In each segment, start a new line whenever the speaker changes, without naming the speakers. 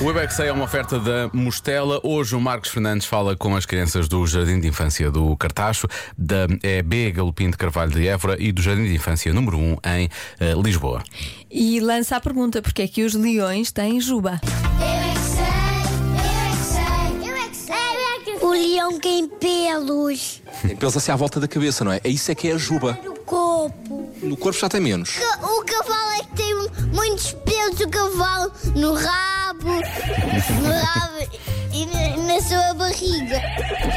O EBEXA é uma oferta da Mostela. Hoje o Marcos Fernandes fala com as crianças do Jardim de Infância do Cartacho, da EB Galopim de Carvalho de Évora e do Jardim de Infância número 1 em eh, Lisboa.
E lança a pergunta: porque é que os leões têm juba?
é é O leão tem pelos
Pensa se à volta da cabeça, não é? É isso é que é a juba.
no corpo.
No corpo já tem menos.
O cavalo é que tem muitos pelos. O cavalo no rabo, no rabo e na, na sua barriga.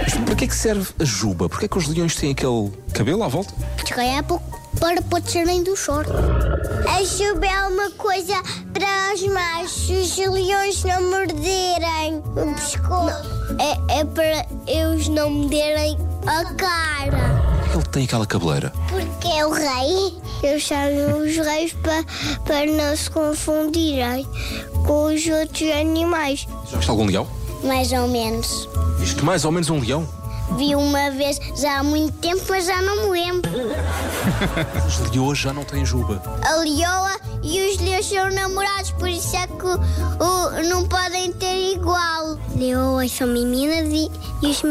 Mas para que é que serve a juba? Porquê é que os leões têm aquele cabelo à volta?
Se calhar é para protegerem do short. A chuva é uma coisa para os machos os leões não morderem o pescoço. É, é para eles não morderem a cara.
Porquê que ele tem aquela cabeleira?
Porque é o rei. Eu chamo os reis para, para não se confundirem com os outros animais.
Já viste algum leão?
Mais ou menos.
Isto mais ou menos um leão.
Vi uma vez já há muito tempo, mas já não me lembro.
Os leões já não têm juba.
A leoa e os leões são namorados, por isso é que o- não podem ter igual. Leoas são meninas e, os,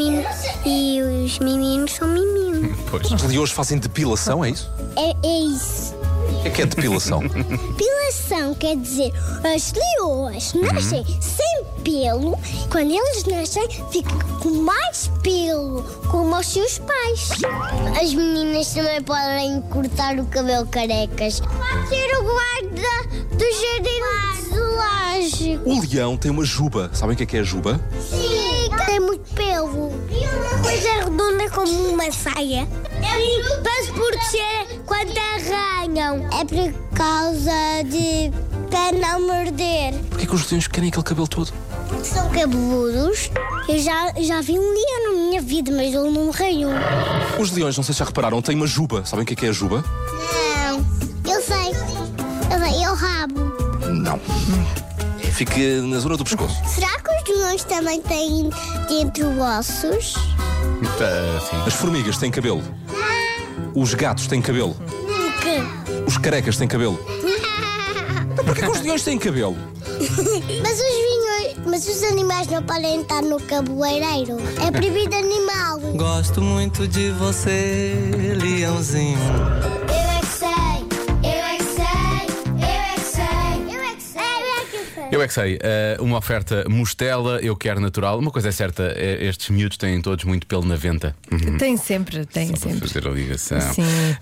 e os meninos são meninos.
Pois.
Os leões fazem depilação, é isso?
É, é isso.
O que é que é depilação?
Depilação quer dizer as leoas nascem sem pelo, quando eles nascem ficam com mais pelo, como os seus pais. As meninas também podem cortar o cabelo carecas. Pode ser o guarda do jardim do zoológico.
o leão tem uma juba. Sabem o que é que é a juba?
Tem muito pelo. Coisa redonda como uma saia. É para se proteger quando arranham. É por causa de. para não morder.
Porquê é que os leões querem aquele cabelo todo?
Porque são cabeludos. Eu já, já vi um leão na minha vida, mas ele não me arranhou.
Os leões, não sei se já repararam, têm uma juba. Sabem o que é que é a juba?
Não, eu sei. Eu sei, eu rabo.
Não. É, Fica na zona do pescoço.
Será que os leões também têm dentro ossos?
Ah, sim.
As formigas têm cabelo. Os gatos têm cabelo.
Nunca.
Os carecas têm cabelo. Então Porquê que os leões têm cabelo?
Mas os vinhos, mas os animais não podem estar no cabeleireiro. É proibido animal.
Gosto muito de você, leãozinho.
Eu
Eu é
é que sei, eu é que sei, eu é que sei, eu é que sei, eu é que sei.
que sei, eh, uma oferta mostela, eu quero natural. Uma coisa é certa, eh, estes miúdos têm todos muito pelo na venta. Uhum.
Tem sempre, tem
Só para
sempre.
fazer a ligação.
Sim.